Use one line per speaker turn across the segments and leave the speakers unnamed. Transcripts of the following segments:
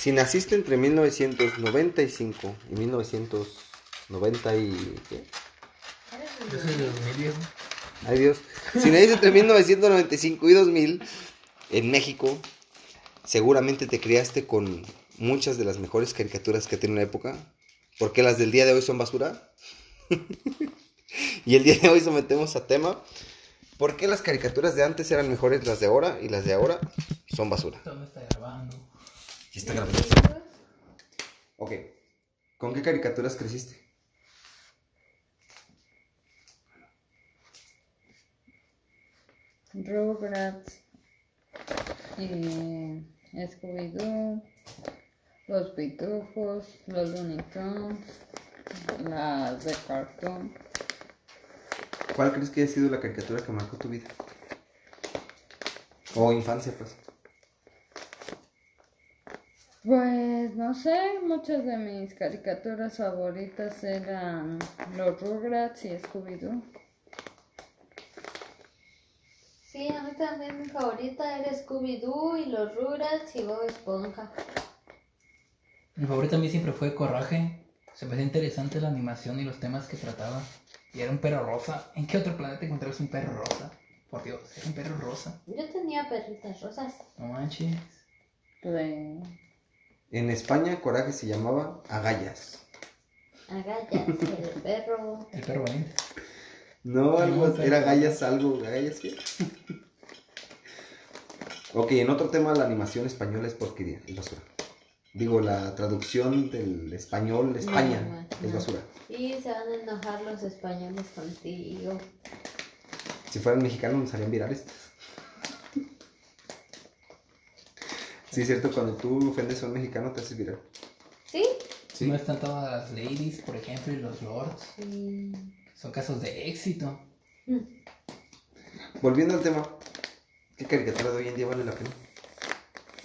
Si naciste entre 1995 y 1990 y... ¿qué?
Yo soy de 2010. güey.
Ay Dios. Si naciste entre 1995 y 2000 en México, seguramente te criaste con muchas de las mejores caricaturas que tiene la época, porque las del día de hoy son basura. y el día de hoy sometemos a tema, ¿por qué las caricaturas de antes eran mejores las de ahora y las de ahora son basura?
Esto no está grabando.
Ya está grabando. Ok. ¿Con qué caricaturas creciste?
Rugrats, eh, Scooby-Doo, Los Pitufos, Los Looney Tunes, las de cartón,
¿Cuál crees que haya sido la caricatura que marcó tu vida? O infancia, pues.
Pues no sé, muchas de mis caricaturas favoritas eran los Rugrats y Scooby-Doo.
Sí, a mí también mi favorita era Scooby-Doo y los Rugrats y Bob Esponja.
Mi favorito a mí siempre fue Coraje. Se me hacía interesante la animación y los temas que trataba. Y era un perro rosa. ¿En qué otro planeta encontrabas un perro rosa? Por Dios, era un perro rosa.
Yo tenía perritas rosas.
No manches.
Pues,
En España, Coraje se llamaba Agallas.
Agallas, el perro.
El perro valiente.
No, algo,
No, pero-
era Agallas algo, Agallas qué. ok, en otro tema, la animación española es porquería, es basura. Digo, la traducción del español de España
no,
es
no.
basura.
Y se van a enojar los españoles contigo.
Si fueran mexicanos nos harían virales. Sí, es cierto, cuando tú ofendes a un mexicano te haces viral.
¿Sí?
Sí.
No están todas las ladies, por ejemplo, y los lords.
Sí.
Son casos de éxito.
Volviendo al tema, ¿qué caricatura de hoy en día vale la pena?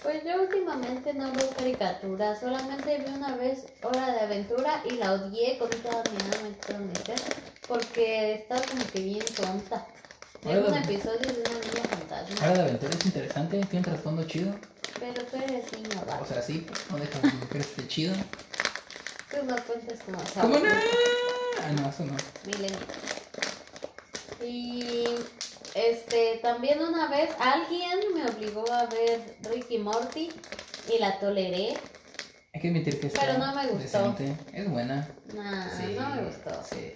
Pues yo últimamente no veo caricaturas, solamente vi una vez Hora de Aventura y la odié con toda mi alma y todo mi ser, porque estaba como que bien tonta.
Hora
Era
de
un
Aventura.
episodio de una niña
Ahora
fantasma,
la aventura es interesante, tiene un trasfondo chido.
pero tú eres niño,
O
¿vale?
sea, sí, no deja de que esté chido.
Tú no cuentas como
¿Cómo no?
adulto.
Ah, no, eso no.
Milenio. Y este también una vez alguien me obligó a ver Ricky Morty y la toleré.
Hay que admitir que está
Pero no me gustó.
decente. Es buena.
Nah,
Sí,
no me gustó.
Sí.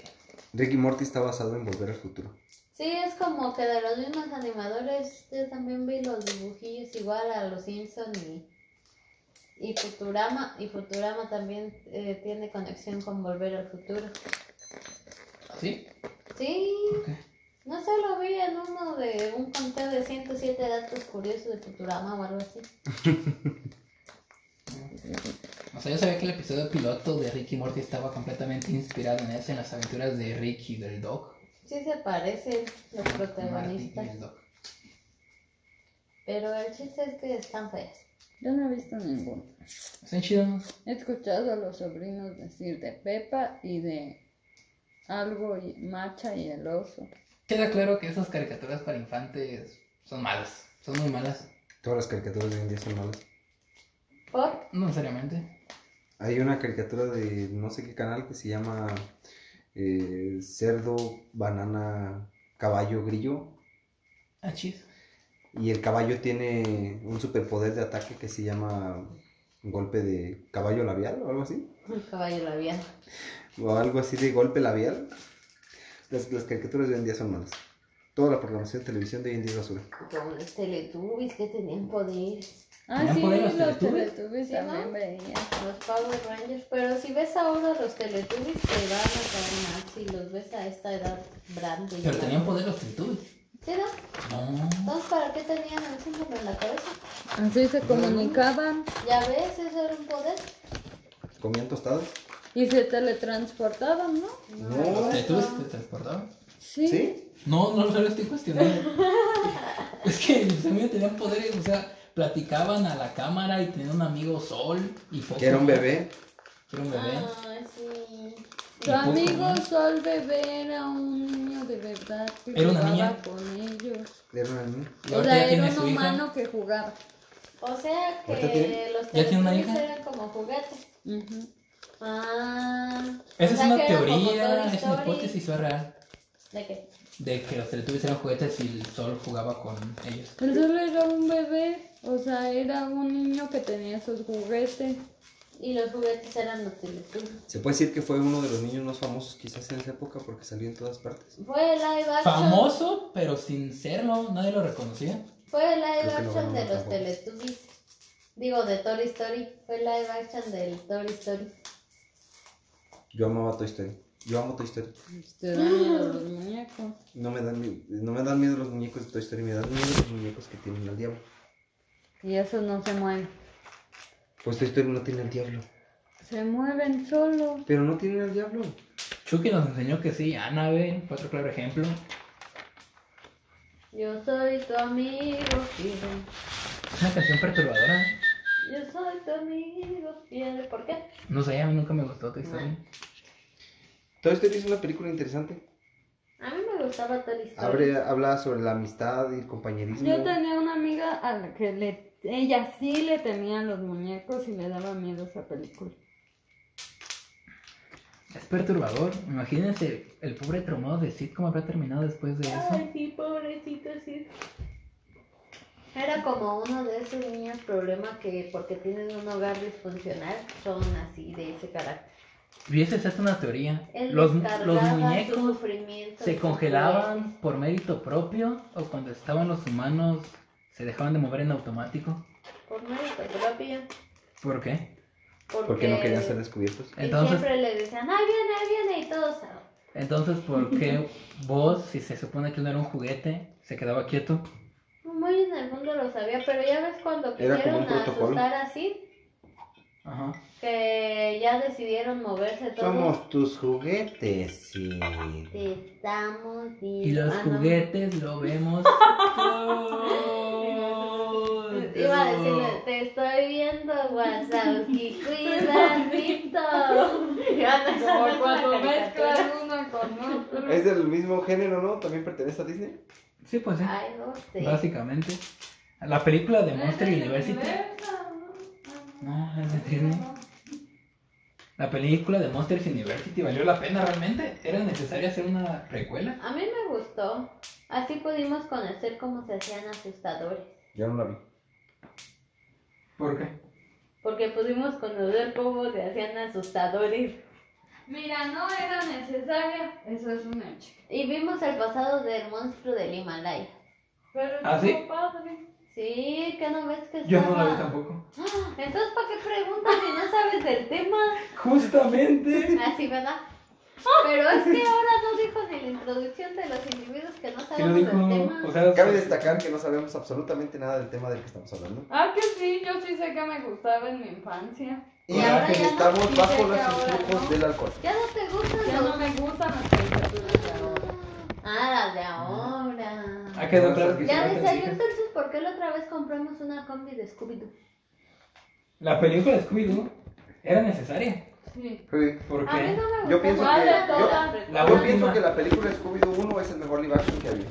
Ricky Morty está basado en Volver al Futuro.
Sí, es como que de los mismos animadores, yo también vi los dibujillos igual a los Simpson y, y Futurama, y Futurama también eh, tiene conexión con Volver al Futuro.
¿Sí?
Sí,
Ok.
no sé, lo vi en uno de un conteo de 107 datos curiosos de Futurama o algo así.
O sea, yo sabía que el episodio piloto de Ricky Morty estaba completamente inspirado en eso, en las aventuras de Ricky del Doc.
Sí se parecen los
Ah, Martin y
protagonistas,
el Doc.
pero el chiste es que están feas.
yo no he visto ninguno.
Están chidos.
He escuchado a los sobrinos decir de Pepa y de algo y Macha y el oso.
Queda claro que esas caricaturas para infantes son malas. Son muy malas.
Todas las caricaturas de hoy en día son malas.
¿Por?
No necesariamente.
Hay una caricatura de no sé qué canal que se llama eh, Cerdo, Banana, Caballo, Grillo.
Ah, chis.
Y el caballo tiene un superpoder de ataque que se llama golpe de caballo labial o algo así.
El caballo labial.
O algo así de golpe labial. Las, las caricaturas de hoy en día son malas. Toda la programación de televisión de hoy en día es basura.
Como los teletubbies que tenían poderes.
Ah,
¿Tenían
sí,
poder los
los
Teletubbies?
Teletubbies
Sí,
también
¿no?
veía.
los Power Rangers, pero si ves ahora los Teletubbies te van a caer mal si los ves a esta edad grande.
Pero tenían poder los Teletubbies.
¿Sí, no?
No.
Entonces, ¿para qué tenían el símbolo en la cabeza?
Así se comunicaban
Ya ves, eso era un poder.
¿Comían tostadas?
y se teletransportaban, ¿no?
No.
¿Los Teletubbies te transportaban?
Sí.
¿Sí?
No, no, no lo estoy cuestionando. es que los amigos tenían poderes, o sea, platicaban a la cámara y tenían un amigo Sol y Pokémon.
Que era un bebé.
Que era un pues, bebé.
Ay, Ah, sí.
y
Tu
Pokémon.
amigo Sol Bebé era un niño de verdad que
Era una
jugaba
niña.
con ellos.
Era una niña.
Y
O
ahora
sea,
ya
era
tiene
un
su hija.
humano que jugaba.
O sea que
¿Ahorita tiene?
los
¿Ya tiene una
Teletubbies
hija?
eran como juguetes.
Ujú.
Ah.
Esa
o
es
sea
una
que eran como
teoría,
Toy
es una
Story.
hipótesis, o es real.
¿De qué?
De que los Teletubbies eran juguetes y el sol jugaba con ellos.
El sol era un bebé, o sea, era un niño que tenía sus juguetes.
Y los juguetes eran los Teletubbies.
Se puede decir que fue uno de los niños más famosos quizás en esa época porque salió en todas partes.
Fue el live action.
Famoso, pero sin serlo, nadie lo reconocía.
Fue el live
Creo que no
action
ganó
de los
tampoco.
Teletubbies. Digo, de Toy Story. Fue el live action del Toy Story.
Yo amaba Toy Story. Yo amo Toy Story.
Te dan miedo Este, los muñecos.
No me dan, mi- no me dan miedo los muñecos de Toy Story, me dan miedo los muñecos que tienen al diablo.
Y esos no se mueven.
Pues Toy Story no tiene al diablo.
Se mueven solos.
Pero no tienen al diablo.
Chucky nos enseñó que sí, Annabelle fue otro claro ejemplo.
Yo soy tu amigo fiel.
Es una canción perturbadora.
Yo soy tu amigo fiel. ¿Por qué?
No sé, a mí nunca me gustó Toy Story.
Toy Story es una película interesante.
A mí me gustaba Toy Story.
Abre, habla sobre la amistad y el compañerismo.
Yo tenía una amiga a la que le, ella sí le tenía los muñecos y le daba miedo esa película.
Es perturbador. Imagínense el pobre traumado de Sid cómo habrá terminado después de eso.
Ay, sí, pobrecito, sí. Era como uno de esos niños problema que porque tienen un hogar disfuncional son así de ese carácter.
Y esa es una teoría.
Él
Los,
descargaba
los
su
muñecos
sufrimiento en
se
su
congelaban por mérito propio o cuando estaban los humanos se dejaban de mover en automático.
cuerpo, por mérito propio.
¿Por qué?
Porque,
Porque no querían ser descubiertos.
y
Entonces-
siempre le decían, ay, viene, ahí viene, y todos. "Ah".
Entonces, ¿por qué vos, si se supone que no era un juguete, se quedaba quieto?
Muy en el mundo lo sabía, pero ya ves
Era
cuando
como
quisieron
un protocolo.
asustar así,
Ajá.
que ya decidieron moverse todos.
Somos tus juguetes, sí.
Te estamos
Y los
ah, no.
juguetes lo vemos.
Iba a decirle, te estoy viendo, Wazowski, cuida, Pito. Ya no, esa no es
Como
una
cuando
caricatura.
mezclas una con otra.
Es del mismo género, ¿no? También pertenece a Disney.
Sí, pues sí.
Ay, no sé.
Básicamente. La película
Ah,
de Monster
Es de
University.
universo,
No, es de Disney. La película de Monster University valió la pena realmente. Era necesario hacer una precuela.
A mí me gustó. Así pudimos conocer cómo se hacían asustadores.
Ya no la vi.
¿Por qué?
Porque pudimos conocer cómo se hacían asustadores.
Mira, no era necesaria. Eso es un hecho.
Y vimos el pasado del monstruo del Himalaya.
Pero
¿Ah, sí?
estuvo padre.
Sí, que no ves que estaba...
tampoco.
Ah, Entonces, ¿para qué preguntas si no sabes del tema?
Justamente.
Así, ¿verdad? Pero es que ahora no dijo ni la introducción de los individuos que no
Sí lo
sabemos
dijo.
del tema.
O sea,
Cabe destacar que no sabemos absolutamente nada del tema del que estamos hablando.
Ah, que sí, yo sí sé que me gustaba en mi infancia.
Y,
Y ahora
que
ya no
estamos
dice
bajo
que
los
ahora
influjos
no.
del alcohol.
Ya no te gustan
Ya
los...
no me gustan las caricaturas de ahora.
Ah, las de ahora.
ha quedado claro Ah, que
Ya
son
desde ahí,
auténticas.
entonces, ¿por qué la otra vez compramos una combi de Scooby-Doo?
La película de Scooby-Doo era necesaria.
Sí.
Sí.
¿Por
A mí
qué?
no me gustó.
Yo pienso
¿Cuál
que-
de
yo-
todas?
La
Yo
última.
pienso que la película Scooby-Doo 1 es el mejor live action que había.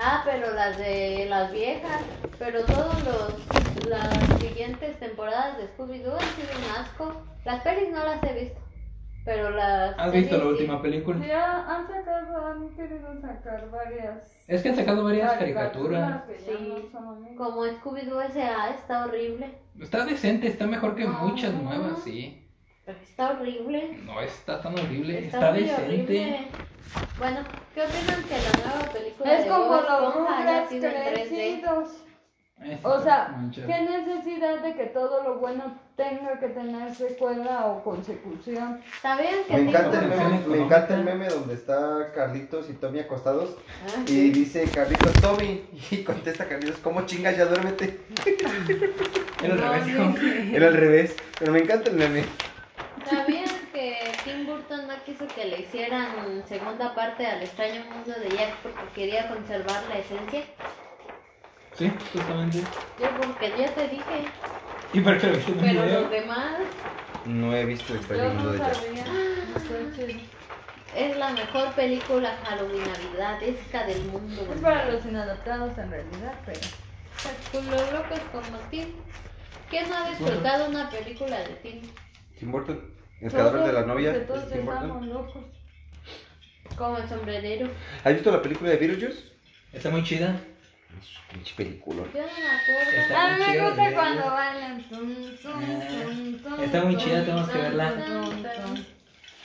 Ah, pero las de las viejas, pero todos los las siguientes temporadas de Scooby-Doo han sido un asco. Las pelis no las he visto, pero las
¿Has visto
series
la
sí.
última película?
Ya han sacado, han querido sacar varias
Es que han sacado varias caricaturas.
que ya
Sí.
no son amigos.
Como Scooby-Doo S.A. está horrible,
Está decente, está mejor que
No.
muchas nuevas, sí.
pero está horrible.
No está tan horrible, está,
Está, muy
decente.
horrible. Bueno, ¿qué opinan que la nueva película
Es
de
como
Bob
los
Esponja haya
Rugrats
sido en 3D?
crecidos.
Es
O sea,
manchado.
¿qué necesidad de que todo lo bueno tenga que tener secuela o consecución?
¿Sabían que
Me encanta, el
tipo de
meme,
relación
me encanta el
económica?
meme donde está Carlitos y Tommy acostados
Ah,
y dice Carlitos, Tommy. Y contesta Carlitos, ¿cómo chingas ya duérmete?
Era al
No,
revés,
no
hijo.
Era al revés, pero me encanta el meme.
¿Sabían que Tim Burton no quiso que le hicieran segunda parte al extraño mundo de Jack porque quería conservar la esencia?
Sí, justamente.
Yo porque ya te dije,
¿Y por qué lo viste en el
pero los
video?
demás
No he visto el
Yo no
de Jack.
sabía. Está chido.
es la mejor película Halloween Navidad del mundo.
Es para los inadaptados en realidad, pero
a culo locos como ti. ¿Quién no ha disfrutado una película de ti?
Tim Burton. El cadáver de la novia.
Que
es
todos
Tim Burton.
estábamos locos.
Como el sombrerero.
¿Has visto la película de Beetlejuice?
Está muy chida.
Pinche película.
Yo no me acuerdo.
Está
A
muy
mí Ah, me
chida,
gusta
güey. Ah,
cuando bailan. Tum, tum, tum, tum,
Está muy
tum,
chida, tenemos que
tum,
verla.
tum, tum.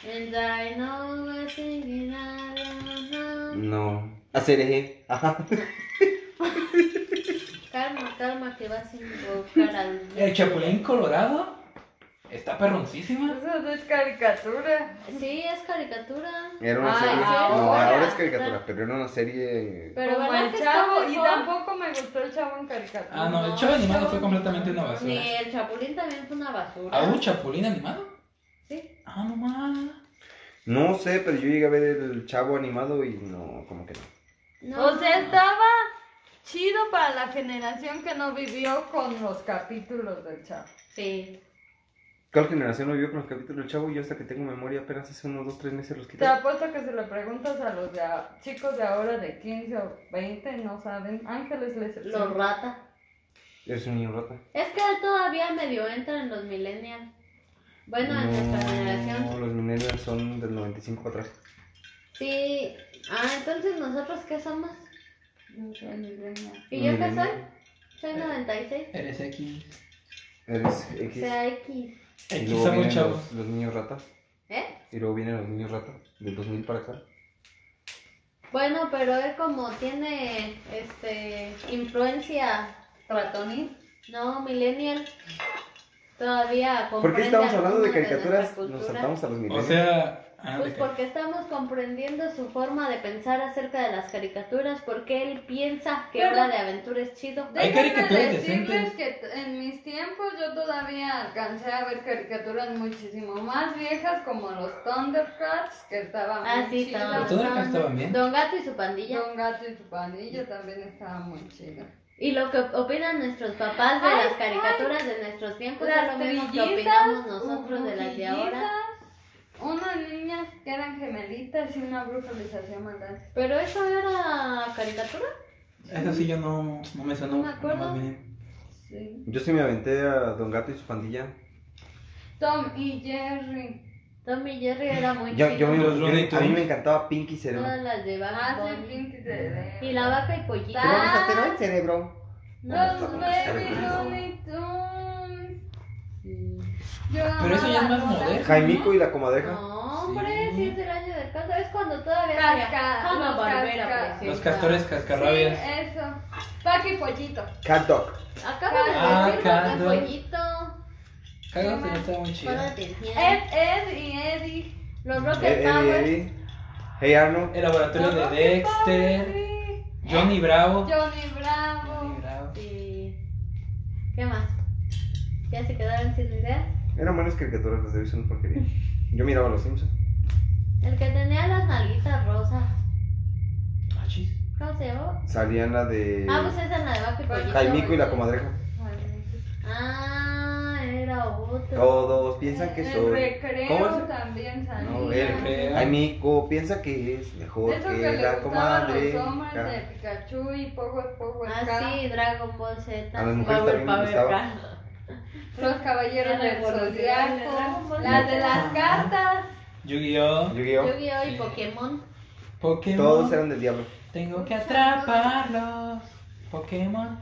And I know I think in I don't
Mm.
know.
No. Hacer eje. Ajá.
Calma, calma, que vas a invocar al.
El Chapulín Colorado está perroncísima.
Eso no es caricatura.
Sí, es caricatura.
Era una
Ay,
serie. No,
ahora.
Ah,
ahora es caricatura, pero era una serie.
Pero
Como
¿verdad
el
que
chavo.
está
Y
mejor?
tampoco me gustó el chavo en caricatura.
Ah, no, el
No,
chavo animado
Chavo
fue completamente una
Ni
basura.
el chapulín también fue una basura.
¿Ah, hubo Chapulín animado?
Sí.
Ah, no más.
No sé, pero yo llegué a ver el chavo animado y no, como que no.
No,
O sea, estaba chido para la generación que no vivió con los capítulos del chavo.
Sí.
¿Cuál generación lo vio con los capítulos del chavo? Yo hasta que tengo memoria apenas hace unos 2, 3 meses los
Te
quité.
apuesto que si le preguntas a los de a- chicos de ahora de 15 o 20, no saben. Ángeles les
Los ratas.
Eres un niño rata.
Es que él todavía medio entra en los millennials. Bueno, en nuestra
No,
generación.
los mineros son del 95 para atrás.
Sí. Ah, entonces nosotros qué somos? ¿Y yo qué
Millennial.
soy?
Eh.
Soy 96.
Eres X.
Eres
O
X.
sea, X.
y
X
luego
somos
vienen
chavos.
los, los niños ratas.
¿Eh?
Y luego vienen los niños ratas. Del 2000 para acá.
Bueno, pero él como tiene este influencia ratonil, no millennial, todavía
¿Por qué
comprende
estamos hablando de
alguna nuestra
caricaturas? Nos
cultura.
saltamos a los
O
milenios.
sea, ah,
Pues
de que-
porque estamos comprendiendo su forma de pensar acerca de las caricaturas, porque él piensa que
Pero-
Hora de Aventura es chido.
Hay
Déjenme
caricaturas
decirles
decentes.
que t- en mis tiempos yo todavía alcancé a ver caricaturas muchísimo más viejas como los Thundercats que estaban
Ah,
muy
sí,
chidas.
estaba-
Los Thundercats estaban bien.
Don Gato y su pandilla.
Don Gato y su pandilla también estaba muy chida.
Y lo que opinan nuestros papás de
Ay,
las caricaturas de nuestros tiempos es lo
Las
mismo que
trillizas,
opinamos nosotros de las de ahora.
brujillizas, unas niñas que eran gemelitas y una bruja les hacía maldad.
Pero eso era caricatura.
Eso sí, yo no, no me sonó.
No me acuerdo.
más bien.
Sí.
Yo sí me aventé a Don Gato y su pandilla.
Tom y Jerry.
Tom y Jerry era muy
Yo,
chido.
yo me,
Los
yo-
Looney
a mí
Tunes.
me encantaba Pinky Cerebro.
Todas las de Bugs
Hace
Bunny.
Pinky de
Y la vaca y pollito.
¿Qué vamos
hacer hoy, Cerebro?
No.
Los Baby Looney Tunes. Yo
Pero eso ya es
amaba
más
todas.
moderno.
Jaimico y la comadreja.
No, hombre, si es el año del caso. Es cuando todavía
Casca-
era Hanna
casca-
Barbera
Los castores
Sí,
cascarrabias.
eso. Pac y Pollito.
Cat Dog.
Acabo
Ah,
de decir
Cando.
de pollito.
Cágate, no estaba muy chido.
Para atención.
Ed, Ed y Eddie.
Los
Ed,
Rocket
Eddie,
Powers.
Eddie. Hey Arnold.
El laboratorio
Los
de
Rocky
Dexter.
Powers,
Johnny Bravo.
sí. Johnny
Johnny
Bravo.
eh.
Bravo.
Sí. eh, ¿Qué más? ¿Ya se quedaron sin ideas?
Eran buenas caricaturas, las de hoy son porquería. Yo miraba Los Simpsons.
El que tenía las nalguitas rosas.
Ah, chis.
¿Cómo se llamó?
Salían la de
Ah, pues esa es la de vaca y pollito.
Jaimico y la comadreja.
Ah, era otro.
Todos piensan que
En
soy.
recreo
¿Cómo es?
también salía.
No, él.
Recreo.
Jaimico piensa que es mejor
Eso que
que
le
la
gustaba a los hombres de
comadreja.
Pikachu y Pogo Pogo
Ah, sí, Dragon Ball Z.
A las mujeres también les
Power
gustaba.
Car.
Los caballeros
La
del
revolución de Dragon
Zodiaco,
Ball.
las de las cartas.
Yu-Gi-Oh!
Yu-Gi-Oh!
Yu-Gi-Oh y
Sí.
Pokémon.
Pokémon.
Todos eran del diablo.
Tengo que atraparlos. Pokémon.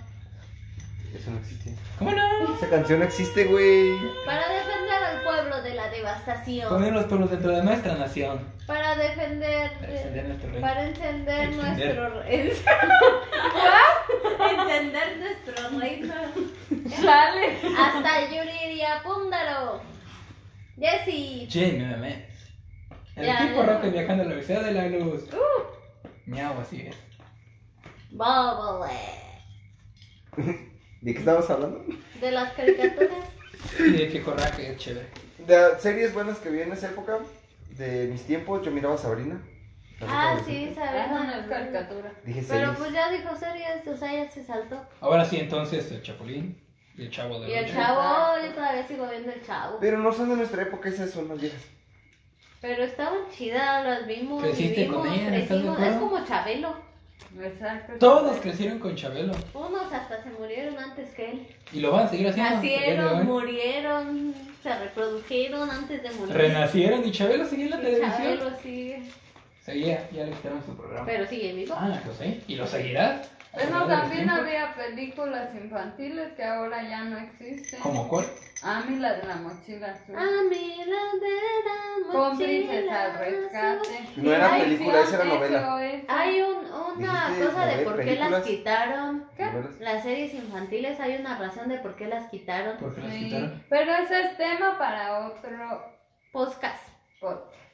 Eso no existe.
¿Cómo no?
Esa canción no existe, güey.
Para defender al pueblo de la devastación.
Poner los pueblos dentro de nuestra nación.
Para defender. eh,
Para defender nuestro reino.
Para encender
Encender.
nuestro. encender nuestro reino.
Sale.
Hasta Yuridia Púndaro. Jessy.
Jane, nuevamente. El
Ya,
equipo
ya. Uh.
Rocket viajando a la velocidad de la luz. Miau, así es.
Bobble.
¿De qué estabas hablando?
De las caricaturas.
Y el que corra que es chévere.
De series buenas que vi en esa época, de mis tiempos, yo miraba Sabrina. La
ah,
Roca
sí,
Adolescente.
Esa
sabemos.
no es caricatura.
Dije
Pero
series.
pues ya dijo series, o sea, ya se saltó.
Ahora sí, entonces el Chapulín y el Chavo de
Y el
Ocho.
chavo, yo todavía sigo viendo el chavo.
Pero no son de nuestra época, esas son las viejas.
Pero estaban chidas, las vimos,
Creciste
vivimos,
con ellas, ¿estás de
crecimos.
acuerdo?
Es como Chabelo.
Exacto.
Todos crecieron con Chabelo.
Unos hasta se murieron antes que él.
Y lo van a seguir haciendo. hasta que él
Nacieron,
le va-
murieron, se reprodujeron antes de morir.
Renacieron y Chabelo seguía en la
Y
televisión.
Chabelo sigue.
Seguía, ya le quitaron su programa.
Pero sigue vivo.
Ah, lo sé. Y lo seguirá.
Bueno,
Al largo del
también
tiempo.
había películas infantiles que ahora ya no existen.
¿Cómo cuál?
A mí la de la mochila azul.
A mi ladera,
Con
mochila
princesa al
azul.
rescate.
No era
Ay,
película,
sí,
esa era
eso,
novela.
eso.
Hay un- una
Dijiste,
cosa de
novela,
por qué las
películas.
quitaron.
¿Novelas?
Las series infantiles hay una razón de por qué las quitaron.
Porque las
Sí,
quitaron.
pero ese es tema para otro
Podcast.
podcast.